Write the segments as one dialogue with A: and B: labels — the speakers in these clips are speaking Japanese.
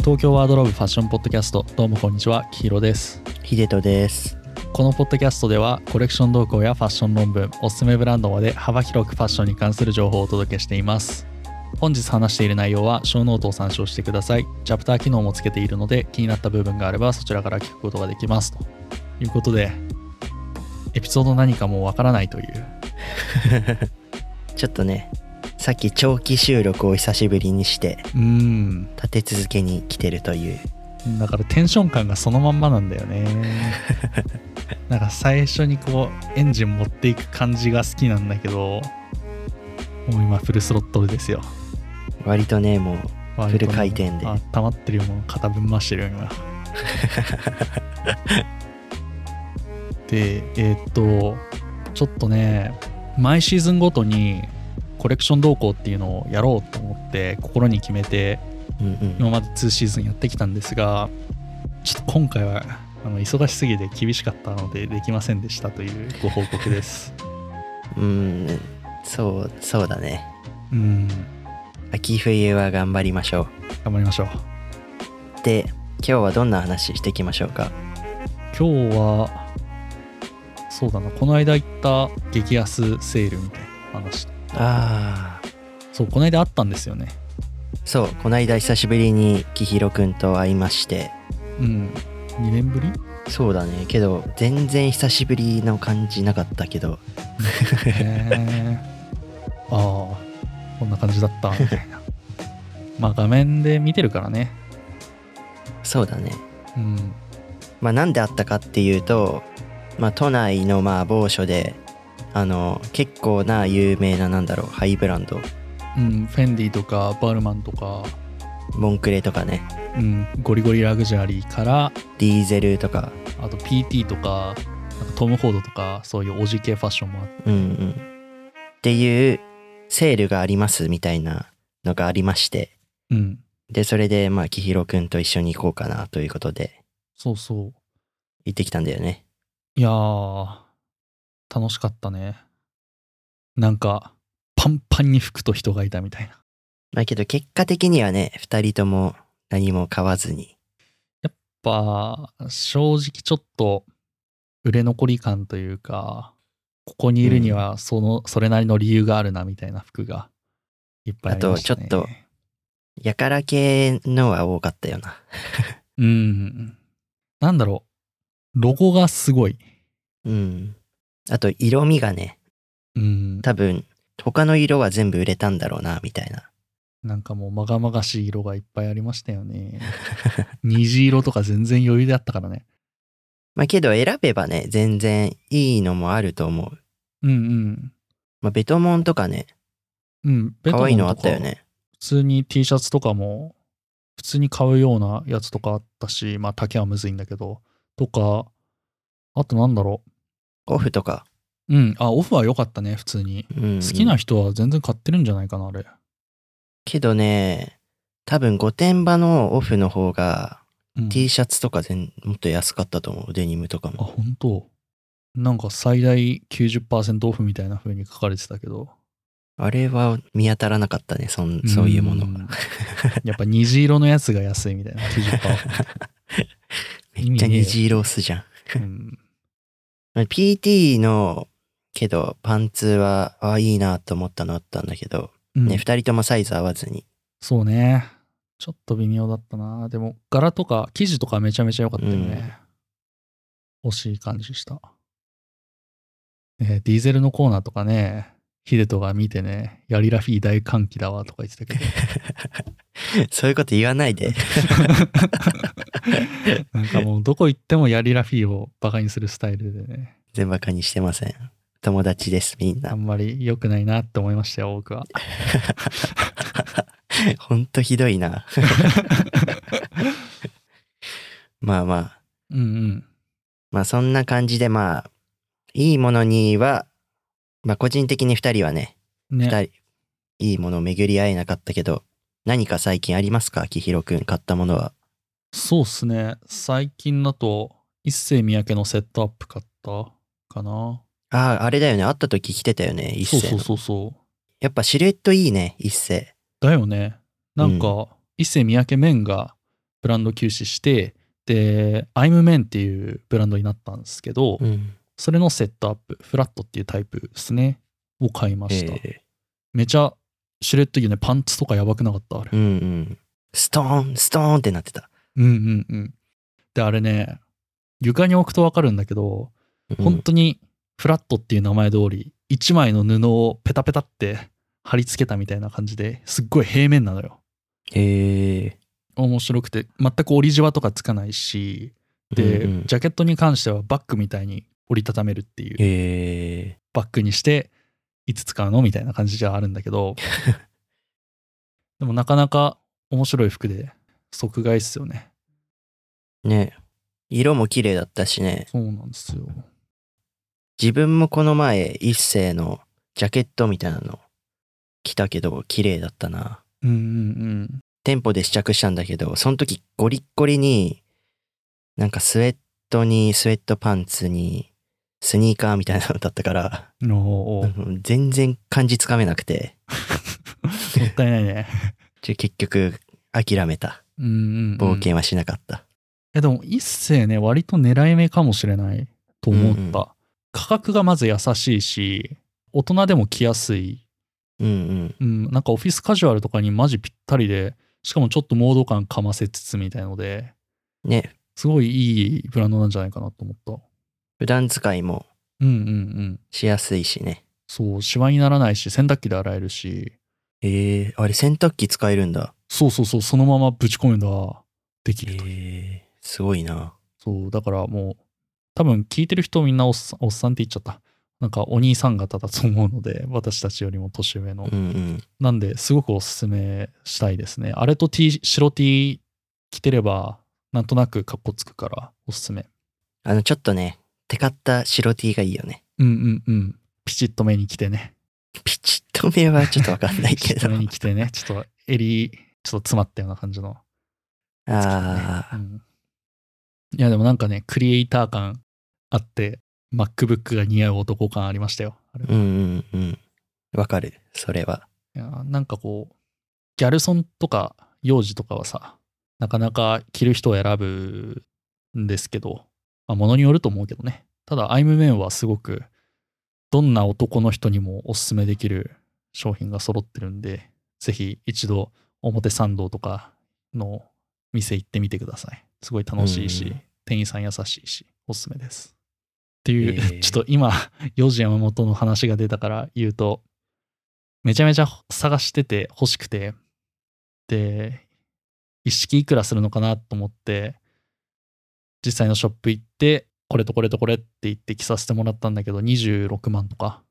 A: 東京ワードローブファッションポッドキャストどうもこんにちは黄色です
B: 秀人です。
A: このポッドキャストではコレクション動向やファッション論文おすすめブランドまで幅広くファッションに関する情報をお届けしています本日話している内容は小ノートを参照してくださいチャプター機能もつけているので気になった部分があればそちらから聞くことができますということでエピソード何かもうわからないという
B: ちょっとね、さっき長期収録を久しぶりにして、
A: うーん
B: 立て続けに来てるという。
A: だからテンション感がそのまんまなんだよ ねなんか最初にこうエンジン持っていく感じが好きなんだけどもう今フルスロットルですよ
B: 割とね、もう、
A: 割とね
B: フル回転で
A: あ溜まってるよもう片分回してるよ 今でえーっとちょっとね毎シーズンごとにコレクション動向っていうのをやろうと思って心に決めて
B: うんうん。
A: 今まで2シーズンやってきたんですがちょっと今回はあの忙しすぎて厳しかったのでできませんでしたというご報告です
B: うん、そう、そうだね。
A: うん
B: 秋冬は頑張りましょ
A: 頑張りましょう
B: う。で、今日はどんな話していきましょうか。
A: 今日はそうだなこの間行った激安セールみたいな話
B: ああ、
A: そうこの間あったんですよね
B: そう、この間久しぶりにきひろくんと会いまして、
A: うん2年ぶり
B: そうだね、けど、全然久しぶりの感じなかったけど、
A: へーああこんな感じだったみたいなまあ画面で見てるからね
B: そうだね。
A: うん
B: まあ、なんであったかっていうと、まあ、都内のまあ某所であの結構な有名ななんだろうハイブランド
A: うんフェンディとかバルマンとか
B: モンクレとかね
A: うん、ゴリゴリラグジュアリーから
B: ディーゼルとか
A: あと PT とかなんかトム・フォードとかそういうおじ系ファッションもあって
B: うんうんっていうセールがありますみたいなのがありまして
A: うん
B: でそれでまあきひろくんと一緒に行こうかなということで
A: そうそう
B: 行ってきたんだよね
A: いやー楽しかったねなんかパンパンに服と人がいたみたいな
B: まあけど結果的にはね2人とも何も買わずに
A: やっぱ正直ちょっと売れ残り感というかここにいるにはその、それなりの理由があるなみたいな服がいっぱいありました、ね、
B: あとちょっとやから系のは多かったよな
A: うんなんだろうロゴがすごい
B: うんあと色味がね
A: うん
B: 多分他の色は全部売れたんだろうなみたいな
A: なんかもうまがまがしい色がいっぱいありましたよね。 虹色とか全然余裕であったからね。
B: まあけど選べばね全然いいのもあると思う、
A: うん
B: まあ、ベトモンとかね
A: うん。うん。ベトナムとか
B: 可愛いのあったよ。ね
A: 普通に T シャツとかも、普通に買うようなやつとかあったし、まあ丈はむずいんだけど、とか、あとなんだろ
B: オフとか、
A: う。うん。あ、オフは良かったね、普通に。
B: うん、
A: 好きな人は全然買ってるんじゃないかな、あれ。
B: けどね多分御殿場のオフの方が
A: うん、
B: T シャツとか全もっと安かったと思うデニムとか
A: あ、
B: も
A: 本当なんか最大90%オフみたいな風に書かれてたけど。
B: あれは見当たらなかったねそんそういうもの
A: ん
B: が
A: やっぱ虹色のやつが安いみた いな90%オフ
B: めっちゃ虹色すじゃん
A: うん、
B: まあ PT のけどパンツはあいいなと思ったのあったんだけど、
A: うん
B: ね2人ともサイズ合わずに
A: そうねちょっと微妙だったなでも柄とか生地とかめちゃめちゃ良かったよね、欲しい感じした、ねディーゼルのコーナーとかねヒデトが見てねヤリラフィー大歓喜だわとか言ってたけど
B: そういうこと言わな いで。
A: なんかもうどこ行ってもヤリラフィーをバカにするスタイルでね
B: 全バカにしてません。友達です、みん
A: あ
B: な。
A: んまり良くないなって思いましたよ僕は
B: ほんとひどい な。まあまあ、
A: うんうん
B: まあそんな感じで、まあ、いいものには、まあ個人的に2人はね、
A: ね
B: 2人、いいものを巡り合えなかったけど、何か最近ありますかきひろくん買ったものは。
A: そうっすね。最近だと、一世三宅のセットアップ買ったかな。
B: ああ、あれだよね。会った時来てたよね、一
A: そう
B: 世
A: そう
B: の。
A: そうそう。
B: やっぱシルエットいいね、一世。
A: だよね。なんか、一世三宅面がブランド休止してで I'mMen っていうブランドになったんですけど、
B: うん
A: それのセットアップフラットっていうタイプですねを買いました、
B: え
A: めちゃシュレッドいいよねパンツとかやばくなかったあれ
B: ーうんうんストーンストーンってなってた、
A: うんうんうんであれね床に置くとわかるんだけど
B: うん
A: 本当にフラットっていう名前通り一枚の布をペタペタって貼り付けたみたいな感じですっごい平面なのよ
B: へえ
A: 面白くて全く折りじわとかつかないしで、
B: うんうん
A: ジャケットに関してはバッグみたいに折りたためるっていう
B: へえ
A: バッグにしていつ使うのみたいな感じじゃあるんだけ どでもなかなか面白い服で即買いっすよね
B: ね色も綺麗だったしね
A: そうなんですよ
B: 自分もこの前一世のジャケットみたいなの着たけど綺麗だったな
A: うんうん
B: 店舗で試着したんだけどその時ゴリッゴリになんかスウェットにスウェットパンツにスニーカーみたいなのだったから
A: うんおーおー
B: 全然感じつかめなくて
A: もったいないね
B: ちょ結局諦めた
A: うんうん、うん、
B: 冒険はしなかった、
A: えでも一世ね割と狙い目かもしれないと思った、
B: うんうん
A: 価格がまず優しいし大人でも着やすい、
B: うん、うん
A: うん、なんかオフィスカジュアルとかにマジぴったりでしかもちょっとモード感かませつつみたいので
B: ね
A: すごいいいブランドなんじゃないかなと思った
B: 普段使いも
A: うんうんうん
B: しやすいしね
A: そうシワにならないし洗濯機で洗えるし
B: えー、あれ洗濯機使えるんだ
A: そうそうそうそのままぶち込めばでき
B: え
A: るという、
B: ー、すごいな
A: そうだからもう多分聞いてる人みんなおっさんおっさんって言っちゃったなんかお兄さん方だと思うので 私たちよりも年上の、
B: うんうん
A: なんですごくおすすめしたいですねあれと T 白 T 着てればなんとなくかっこつくからおすすめ
B: あの、ちょっとね、テカった白 T がいいよね。
A: うんうんうんピチッと目に着てね
B: ピチッと目はちょっとわかんない
A: ピチ
B: け
A: ッと
B: ど。
A: 目に着てねちょっと襟ちょっと詰まったような感じの
B: あ
A: う
B: あ、
A: んいやでもなんかねクリエイター感あって MacBook が似合う男感ありましたよあれ
B: うんうんうん。わかる、それは。
A: いやなんかこうギャルソンとか幼児とかはさなかなか着る人を選ぶんですけど、まあ、ものによると思うけどねただアイムメンはすごくどんな男の人にもおすすめできる商品が揃ってるんでぜひ一度表参道とかの店行ってみてくださいすごい楽しいし、
B: うん
A: 店員さん優しいしおすすめですっていう、
B: えー
A: ちょっと今 幼児山本の話が出たから言うとめちゃめちゃ探してて欲しくてで一式いくらするのかなと思って実際のショップ行ってこれとこれとこれって言って着させてもらったんだけど26万とか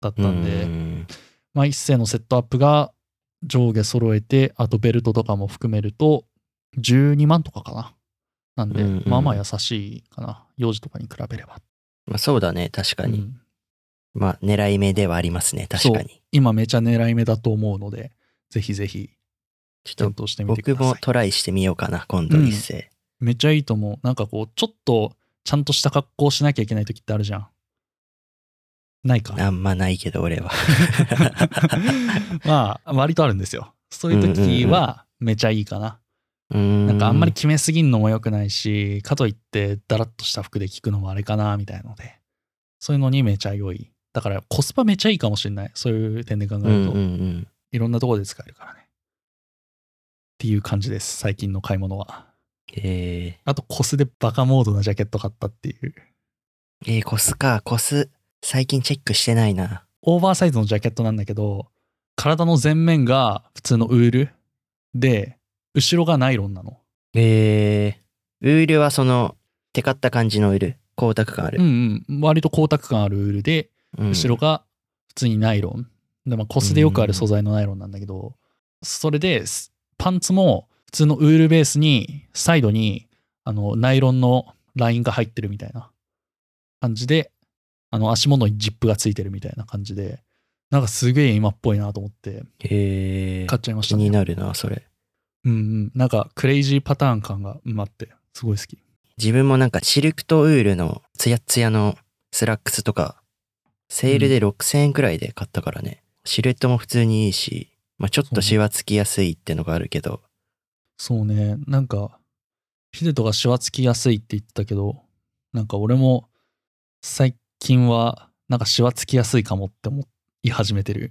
A: だったんで、
B: うん
A: まあ一世のセットアップが上下揃えてあとベルトとかも含めると12万とかかななんで、
B: うんうん
A: まあまあ優しいかな幼児とかに比べれば、
B: まあ、そうだね、確かに。
A: うん
B: まあ、狙い目ではありますね、確かに。
A: 今めちゃ狙い目だと思うのでぜひぜひ
B: ちょっ
A: 検
B: と、
A: 討してみてく
B: 僕
A: ださい
B: もトライしてみようかな、今度
A: うん
B: 一斉。
A: めっちゃいいと思う。なんかこう、ちょっとちゃんとした格好をしなきゃいけない時ってあるじゃん。ないか。
B: あんまないけど、俺は。
A: まあ、割とあるんですよ。そういう時はめちゃいいかな。
B: な
A: なんかあんまり、決めすぎんのも良くないし、かといってだらっとした服で聞くのもあれかな、みたいので。そういうのにめちゃ良い。だからコスパめちゃいいかもしれない。そういう点で考える
B: う
A: と。
B: んうんうん。
A: いろんなところで使えるからね。っていう感じです。最近の買い物は。
B: え
A: あとコスでバカモードなジャケット買ったっていう。
B: ー、えー、コスか、コス。最近チェックしてないな。
A: オーバーサイズのジャケットなんだけど体の前面が普通のウールで後ろがナイロンなの
B: えー、ウールはその、テカった感じのウール。光沢感ある
A: う。んうん割と光沢感あるウールで
B: うん
A: 後ろが普通にナイロン、でまあコスでよくある素材のナイロンなんだけど、それでスパンツも普通のウールベースにサイドにあのナイロンのラインが入ってるみたいな感じであの足元にジップがついてるみたいな感じでなんかすげえ今っぽいなと思って
B: へえ
A: 買っちゃいまし
B: 気
A: たね
B: になるなそれ
A: うんうん、なんかクレイジーパターン感がうんあってすごい好き
B: 自分もなんかシルクとウールのツヤッツヤのスラックスとかセールで6000円くらいで買ったからね、シルエットも普通にいいし、まあ、ちょっとシワつきやすいってのがあるけど
A: そうねなんかヒデトがシワつきやすいって言ってたけど、なんか俺も最近はなんかシワつきやすいかもって思い始めてる。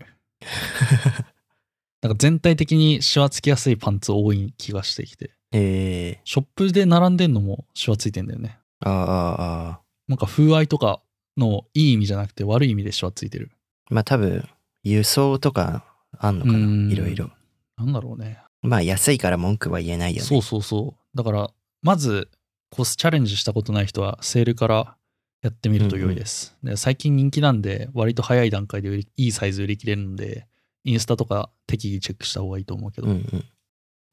A: なんか全体的にシワつきやすいパンツ多い気がしてきて。
B: ええ
A: ショップで並んでんのもシワついてんだよね。
B: ああああ
A: なんか風合いとかのいい意味じゃなくて悪い意味でシワついてる。
B: まあ多分輸送とかあんのか
A: う
B: なんいろいろ
A: なんだろうね。
B: まあ安いから文句は言えないよね
A: そうそうそう。だから、まず、コスチャレンジしたことない人は、セールからやってみると良いです。で最近人気なんで、割と早い段階で売りいいサイズ売り切れるんで、インスタとか適宜チェックした方がいいと思うけど。
B: うんうん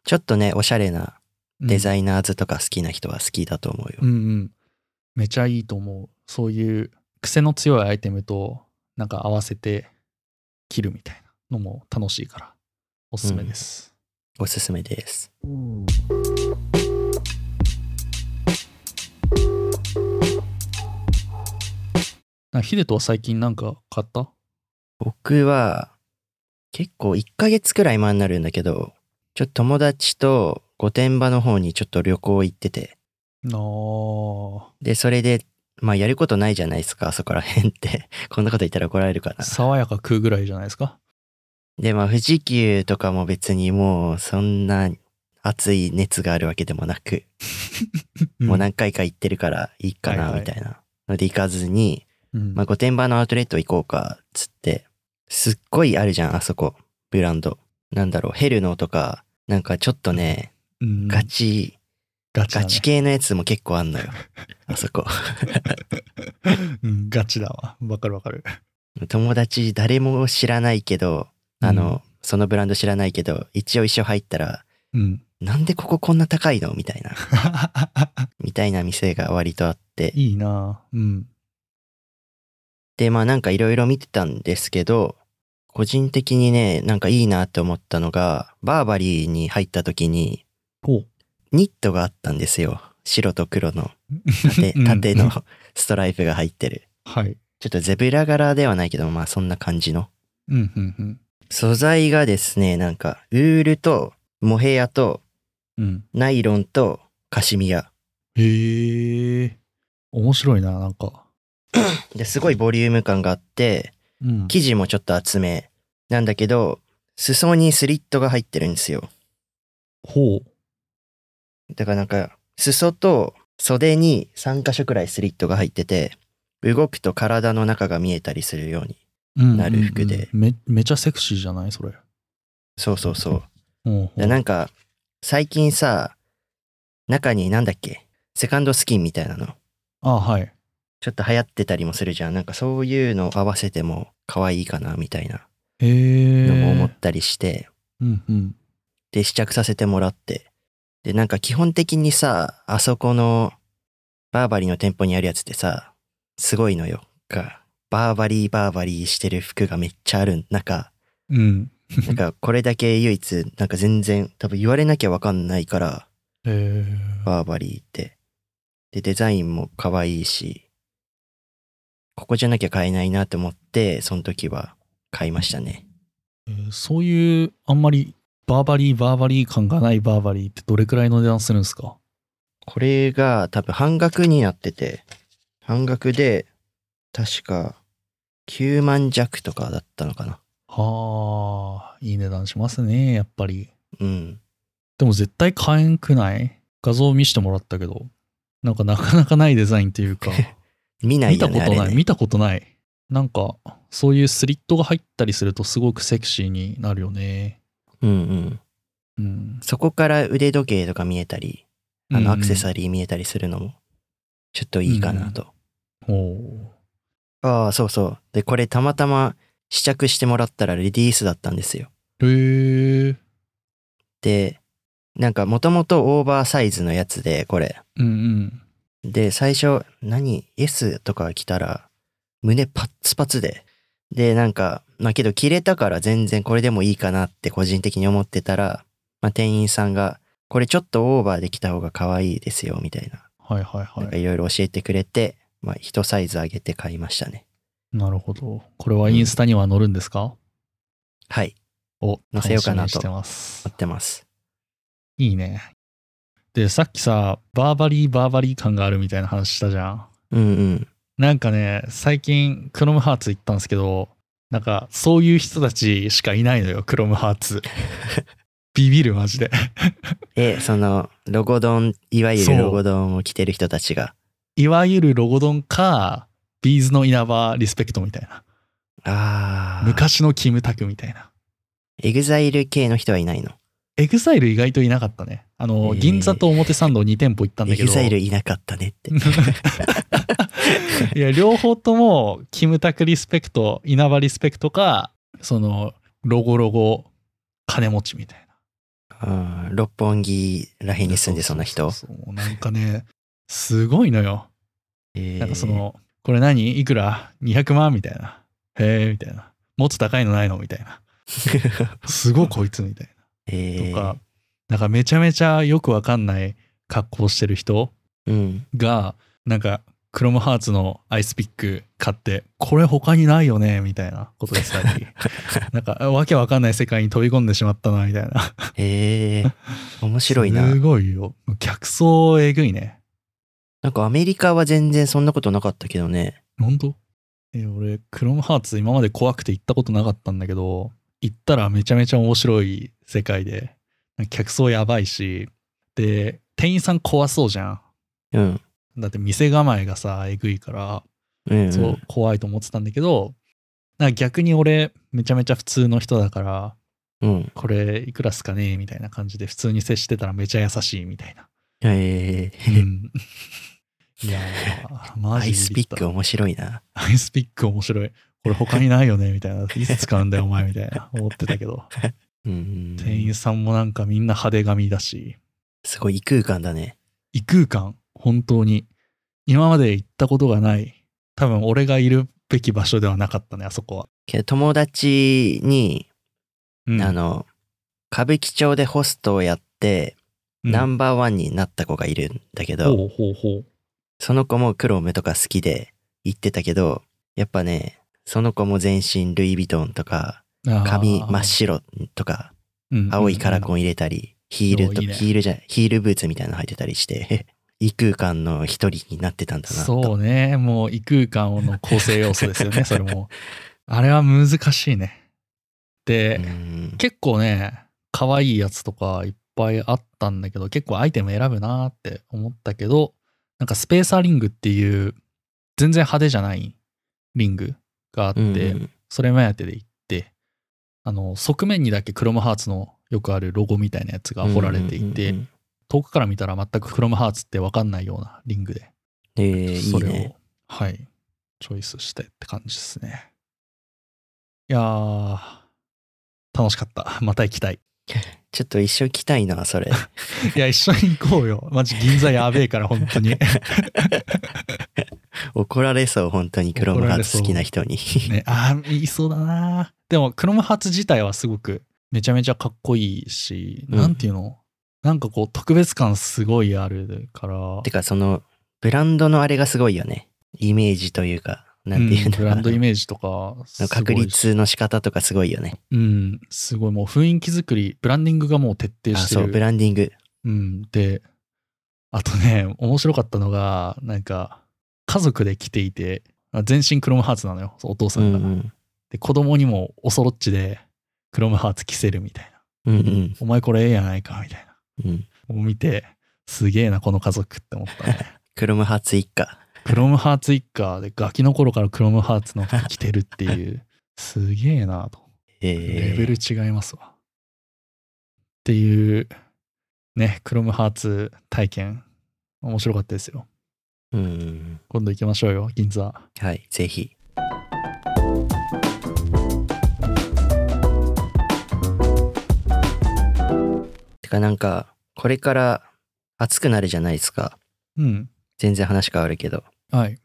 B: ちょっとねおしゃれなデ
A: イ
B: ザイナーズとか好きな人は好きだと思うよ、
A: うんうん。めちゃいいと思う。そういう癖の強いアイテムと、なんか合わせて切るみたいなのも楽しいから、おすすめです。
B: おすすめです
A: なんかヒデトは最近なんか買った
B: 僕は結構1ヶ月くらい前になるんだけどちょっと友達と御殿場の方にちょっと旅行行ってて
A: あー
B: でそれでまあやることないじゃないですかそこら辺って こんなこと言ったら怒られるかな
A: 爽やか食うぐらいじゃないですか。
B: でまあ富士急とかも別にもうそんな熱い熱があるわけでもなく、もう何回か行ってるからいいか
A: はい
B: な
A: はい
B: みたいなので行かずに、
A: うん
B: まあ御殿場のアウトレット行こうかっつってすっごいあるじゃんあそこブランドなんだろうヘルノとかなんかちょっとね、
A: うん
B: ガチ
A: ガチだ
B: ガ
A: ね
B: チ系のやつも結構あ んのよあそこ
A: うんガチだわ。わかるわかる。
B: 友達誰も知らないけどあの、そのブランド知らないけど一応一緒入ったら
A: うん。
B: なんでこここんな高いのみたいなみたいな店が割とあって
A: いいなぁうん。
B: でまあなんかいろいろ見てたんですけど個人的にねなんかいいなって思ったのがバーバリーに入った時に
A: ほう。
B: ニットがあったんですよ白と黒の縦
A: うん
B: 縦のストライプが入ってる
A: はい。
B: ちょっとゼブラ柄ではないけどまあそんな感じの
A: うんうんうん。
B: 素材がですねなんかウールとモヘアと
A: うん。
B: ナイロンとカシミヤ
A: へえ。面白いな、なんか。
B: ですごいボリューム感があって
A: うん。
B: 生地もちょっと厚めなんだけど裾にスリットが入ってるんですよ
A: ほう。
B: だからなんか裾と袖に3箇所くらいスリットが入ってて動くと体の中が見えたりするように
A: うんうんうん
B: なる服で
A: めめちゃセクシーじゃないそれ。
B: そうそうそ
A: う
B: う
A: ん
B: でなんか最近さ中になんだっけセカンドスキンみたいなの
A: あはい。
B: ちょっと流行ってたりもするじゃんなんかそういうの合わせても可愛いかなみたいな
A: へえ。
B: のも思ったりして、
A: うんうん。
B: で試着させてもらってでなんか基本的にさあそこのバーバリーの店舗にあるやつってさすごいのよがバーバリーバーバリーしてる服がめっちゃある中
A: うん。
B: なんかこれだけ唯一なんか全然多分言われなきゃわかんないから
A: へえ。
B: バーバリーってでデザインも可愛いしここじゃなきゃ買えないなと思ってその時は買いましたね
A: えーそういうあんまりバーバリーバーバリー感がないバーバリーってどれくらいの値段するんですか
B: これが多分半額になってて、半額で確か9万弱とかだったのかな。
A: はあいい値段しますねやっぱり
B: うん。
A: でも絶対買えんくない画像見してもらったけどなんかなかなかないデザインっていう か
B: 見ない
A: 見
B: よ
A: たこと
B: ね、あ
A: ない
B: れね。
A: 見たことないなんかそういうスリットが入ったりするとすごくセクシーになるよね
B: うんうん。
A: うん
B: そこから腕時計とか見えたり、あのアクセ
A: リ
B: サリー見えたりするのも、ちょっといいかなと。
A: ーお
B: ああ、そうそう。で、これたまたま試着してもらったらレディースだったんですよ。
A: ーへえ
B: で、なんかもともとオーバーサイズのやつで、これ。
A: うんうん
B: で、最初、何 ?S とか来たら、胸パッツパツで。で、なんか、まあけど、着れたから全然これでもいいかなって個人的に思ってたら、まあ店員さんが、これちょっとオーバーで着た方が可愛いですよ、みたいな。
A: はいはい
B: なん
A: は
B: か
A: い
B: いろいろ教えてくれて、まあ一サイズ上げて買いましたね。
A: なるほどこれはインスタには載るんですか、
B: はい、
A: を
B: 載せようかなと
A: 楽しみにしてます
B: 持っ。てます。
A: いいね。で、さっきさ、バーバリーバーバリー感があるみたいな話したじゃん。
B: うんうん。
A: なんかね、最近、クロムハーツ行ったんですけど、なんか、そういう人たちしかいないのよ、クロムハー ツ。ビビる、マジで。
B: え、その、ロゴドン、いわゆ
A: そう
B: るロゴドンを着てる人たちが。
A: いわゆるロゴドンか、ビーズのイナバーリスペクトみたいな。
B: ああ。
A: 昔のキムタクみたいな。
B: エグザイル系の人はいないの。
A: エグザイル意外といなかったね。あの、
B: えー
A: 銀座と表参道2店舗行ったんだ
B: エ
A: けど。
B: グザイルいなかったねって。
A: いや両方ともキムタクリスペクト稲葉リスペクトかそのロゴロゴ金持ちみたいな
B: あー六本木らへんに住んでそうな人。
A: そうそうそうなんかねすごいのよな
B: なん
A: かそ、のこれ何いくら200万みたいなへえみたいなもっと高いのないのみたいなすごいこいつみたい
B: え
A: な
B: ー
A: とか、なんかめちゃめちゃよくわかんない格好してる人
B: うん。
A: がなんかクロムハーツのアイスピック買ってこれ他にないよねみたいなことでさ なんかわけわかんない世界に飛び込んでしまったなみたいな
B: えー、面白いな。
A: すごいよ客層えぐいね
B: なんかアメリカは全然そんなことなかったけどね。
A: 本当え俺クロムハーツ今まで怖くて行ったことなかったんだけど行ったらめちゃめちゃ面白い世界で客層やばいしで店員さん怖そうじゃん
B: うん。
A: だって店構えがさえぐいから
B: うん、うん。
A: そう怖いと思ってたんだけどなんか逆に俺めちゃめちゃ普通の人だから
B: うん。
A: これいくらっすかねみたいな感じで普通に接してたらめちゃ優しいみたいな、
B: えー、
A: うん、 いやーマ
B: ア
A: ジ
B: イ
A: で
B: ス
A: ビビ
B: ピ
A: っ
B: ッ
A: た
B: ク面白いな。
A: アイスピック面白いこれ他にないよねみた いないつ使うんだよお前みたいな思ってたけど
B: うん。
A: 店員さんもなんかみんな派手髪だし
B: すごい異空間だね。
A: 異空間本当に今まで行ったことがない多分俺がいるべき場所ではなかったねあそこは、
B: けど友達に、
A: うん
B: あの、歌舞伎町でホストをやって、
A: うん
B: ナンバーワンになった子がいるんだけど、
A: ほうほうほう
B: その子もクロムとか好きで行ってたけど、やっぱね、その子も全身ルイ・ヴィトンとか、髪真っ白とか、青いカラコ
A: ン。
B: ン入れたり、ヒールと、
A: いいね
B: ヒールじゃ、ヒールブーツみたいなの履いてたりして、 異空間の一人になってたんだなと。
A: そうね。もう異空間の構成要素ですよ ね、それも。あれは難しいね。で、
B: うん
A: 結構ね、可愛いやつとかいっぱいあったんだけど、結構アイテム選ぶなーって思ったけど、なんかスペーサーリングっていう、全然派手じゃないリングがあって、
B: うん
A: それ目当てで行って、あの、側面にだけクロムハーツのよくあるロゴみたいなやつが彫られていて、
B: うんうん
A: 遠くから見たら全くクロムハーツって分かんないようなリングで、
B: えーい
A: そ
B: い
A: れを
B: ね。
A: はいチョイスしてって感じですねいやー楽しかったまた行きたい
B: ちょっと一緒来たいな、それ。
A: い や一緒に行こうよマジ銀座やべえから本当に
B: 怒られそう、本当にクロムハーツ好きな人に。
A: ねあーいそうだなでもクロムハーツ自体はすごくめちゃめちゃかっこいいし、
B: うん
A: なんていうのなんかこう特別感すごいあるから
B: てか、その、ブランドのあれがすごいよね。イメージというか、なんていう
A: うん
B: の
A: ブランドイメージ とかすごいし
B: 確率の仕方とかすごいよね。
A: うんすごいもう雰囲気作りブランディングがもう徹底
B: あ、
A: して
B: そう、
A: る
B: ブランディング。
A: うん、であとね面白かったのがなんか家族で来ていてあ全身クロムハーツなのよそうお父さ
B: うんん
A: が、
B: うん。
A: で子供にもおそろっちでクロムハーツ着せるみたいな
B: うんうん
A: お前これええやないかみたい
B: うん。
A: なを見てすげえなこの家族って思った ね
B: クロムハーツ一家。
A: クロムハーツ一家でガキの頃からクロムハーツの服着てるっていうすげえなと
B: えー
A: レベル違いますわ、っていうねクロムハーツ体験面白かったですよ
B: うん。
A: 今度行きましょうよ銀座
B: はい、ぜひ。てかなんか、これから暑くなるじゃないですか。
A: うん
B: 全然話変わるけど。
A: はい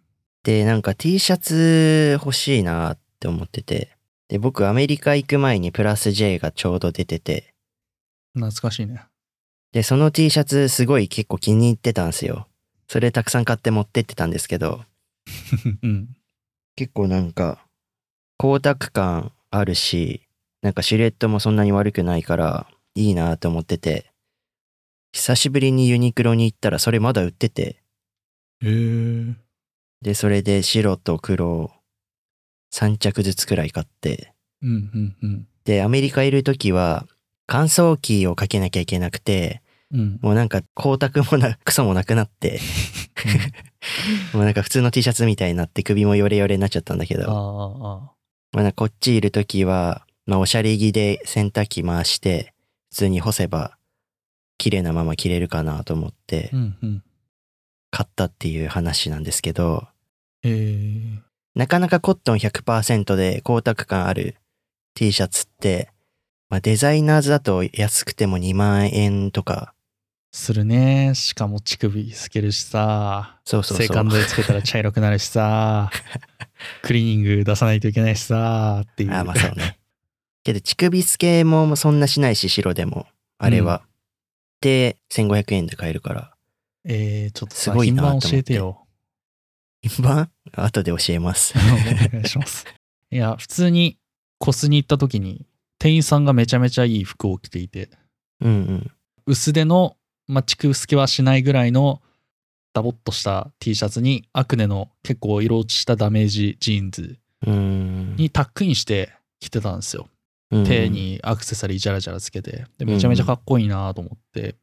B: で、なんか T シャツ欲しいなって思ってて。で、僕アメリカ行く前にプラス J がちょうど出てて。
A: 懐かしいね
B: で、その T シャツすごい結構気に入ってたんですよ。それたくさん買って持ってってたんですけど。
A: うん
B: 結構なんか光沢感あるしなんかシルエットもそんなに悪くないからいいなと思ってて久しぶりにユニクロに行ったらそれまだ売ってて、
A: へえ。
B: で、それで白と黒を3着ずつくらい買って、
A: うんうんうん。
B: で、アメリカいる時は乾燥機をかけなきゃいけなくて、
A: うん。
B: もうなんか光沢もな、 クソもなくなって、もうなんか普通の T シャツみたいになって首もヨレヨレになっちゃったんだけ
A: あ
B: ど、
A: あ、あ
B: まあ、なんかこっちいる時は、まあ、おしゃれ着で洗濯機回して、普通に干せば、綺麗なまま着れるかなと思って
A: あ。う、んうん。
B: 買ったっていう話なんですけど、
A: へえ。
B: なかなかコットン100%で光沢感ある T シャツって、まあ、デザイナーズだと安くても2万円とか、
A: するね。しかも乳首透けるしさ。
B: そうそう
A: 性
B: そう
A: 感。度でつけたら茶色くなるし さ。クリーニング出さないといけないしさ。っていう。
B: あーまあそうね。けど乳首付けもそんなしないし白でも、あれは。で、1500円で買えるから。
A: えー、ちょっと
B: す
A: さ、
B: ごい
A: 品
B: なと
A: 番
B: 思って
A: 教えてよ。
B: 一番後で教えます。
A: お願いします。いや、普通にコスに行った時に、店員さんがめちゃめちゃいい服を着ていて、
B: うんうん。
A: 薄手の、まあ、チクスけはしないぐらいの、ダボっとした T シャツに、アクネの結構色落ちしたダメージジーンズ
B: うーん。
A: にタックインして着てたんですよ。
B: うんうん
A: 手。にアクセサリージャラジャラつけてでめちゃめちゃかっこいいなと思って、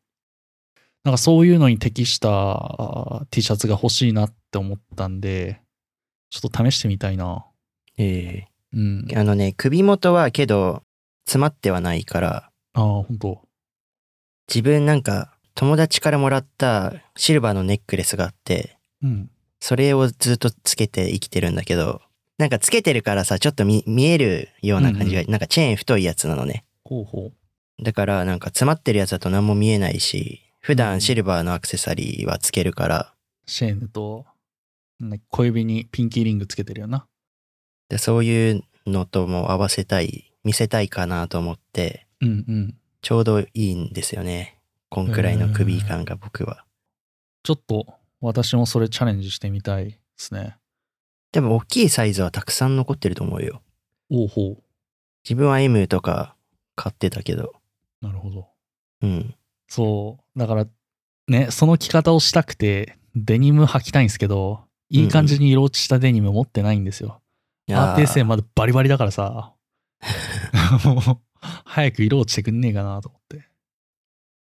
A: なんかそういうのに適したあー T シャツが欲しいなって思ったんでちょっと試してみたいな
B: え
A: うん
B: えあのね、首元はけど、詰まってはないから、
A: ああ本当
B: 自分なんか、友達からもらったシルバーのネックレスがあって、
A: うん
B: それをずっとつけて生きてるんだけど、なんかつけてるからさ、ちょっと見見えるような感じが、なんかチェーン太いやつなのね。
A: ほうほ
B: だからなんか詰まってるやつだと何も見えないし、普
A: うんうん
B: 段シルバーのアクセサリーはつけるから、
A: うシェーンとなんか小指にピンキーリングつけてるよな
B: でそういうのとも合わせたい、見せたいかなと思って、
A: うんうん
B: ちょうどいいんですよね。こんくらいの首感が僕は。
A: ちょっと私もそれチャレンジしてみたいですね
B: でも大きいサイズはたくさん残ってると思うよ。
A: おうほ
B: 自分は M とか買ってたけど。
A: うなるほど
B: うん。
A: そう。だから、ね、その着方をしたくて、デニム履きたいんですけど、いい感じに色落ちしたデニム持ってないんですよ。安定性
B: も。
A: まだバリバリだから さ。もう、早く色落ちてくんねえかなと思って。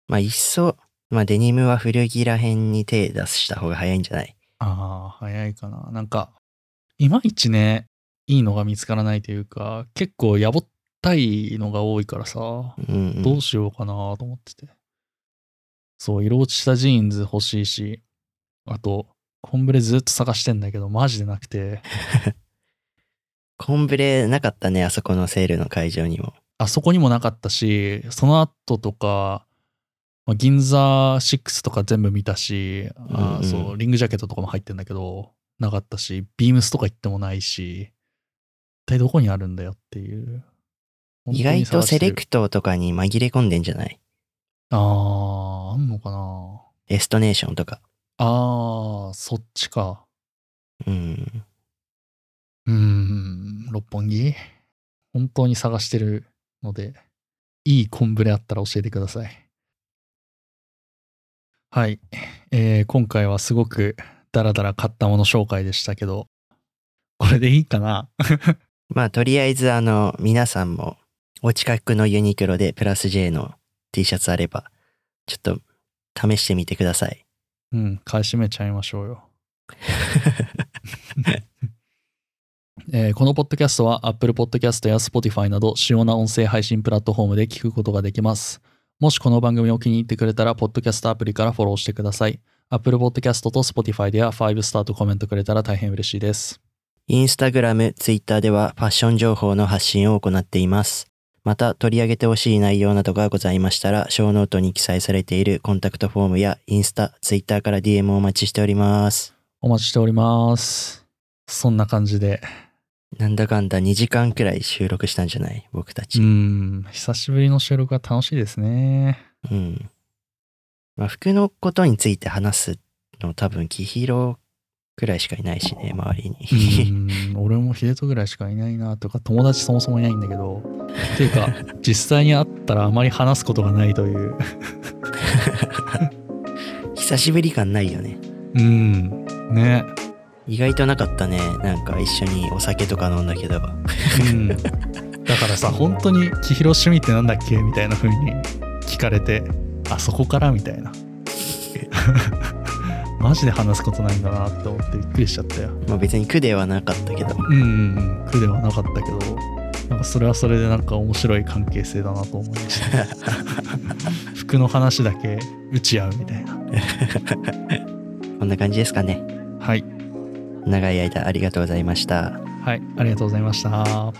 B: まあ、いっそ、まあ、デニムは古着らへんに手出した方が早いんじゃない
A: ああ、早いかな。なんか、いまいちね、いいのが見つからないというか、結構やぼったいのが多いからさ。
B: うん、うん。
A: どうしようかなと思ってて。そう、色落ちしたジーンズ欲しいし、あと、コンブレずっと探してんだけど、マジでなくて、
B: コンブレなかったね、あそこのセールの会場にも。
A: あそこにもなかったし、その後とか、まあ、銀座6とか全部見たし、あー
B: うんうん
A: そう、リングジャケットとかも入ってんだけど、なかったし、ビームスとか行ってもないし、一体どこにあるんだよっていう。
B: 意外とセレ
A: ト。
B: クトとかに紛れ込んでんじゃない
A: あー、あんのかな
B: エストネーションとか。
A: あー、そっちか。
B: うん。
A: うーん、六本木本当に探してるので、いいコンブレあったら教えてください。はい。えー今回はすごくダラダラ買ったもの紹介でしたけど、これでいいかな
B: まあ、とりあえず、あの、皆さんも、お近くのユニクロでプラス J の T シャツあれば、ちょっと、試してみてください。
A: うん、買い占めちゃいましょうよ。えーこのポッドキャストは Apple Podcast や Spotify など主要な音声配信プラットフォームで聞くことができます。もしこの番組を気に入ってくれたら、ポッドキャストアプリからフォローしてください。Apple Podcast と Spotify では5スターとコメントくれたら大変嬉しいです。
B: インスタグラム、ツイッターではファッション情報の発信を行っています。また取り上げてほしい内容などがございましたら、ショーノートに記載されているコンタクトフォームやインスタ、ツイッターから DM をお待ちしております。
A: お待ちしております。そんな感じで。
B: なんだかんだ2時間くらい収録したんじゃない僕た
A: う
B: ち。
A: ん、久しぶりの収録は楽しいですね。
B: うん。まあ、服のことについて話すの多分、キヒロくらいしかいないしね、周り
A: う
B: に。
A: ーん俺もヒデトぐらいしかいないなとか友達そもそもいないんだけど っていうか実際に会ったらあまり話すことがないという
B: 久しぶり感ないよね
A: うんね
B: 意外となかったねなんか一緒にお酒とか飲んだけど
A: うん、だからさ本当に「千尋趣味ってなんだっけ?」みたいな風に聞かれて「あそこから?」みた いなマジで話すことないんだなって思ってびっくりしちゃったよ
B: まあ別に苦ではなかったけど
A: うんうんうん苦ではなかったけどなんかそれはそれでなんか面白い関係性だなと思いました服の話だけ打ち合うみたいな
B: こんな感じですかね
A: はい
B: 長い間ありがとうございました
A: はいありがとうございました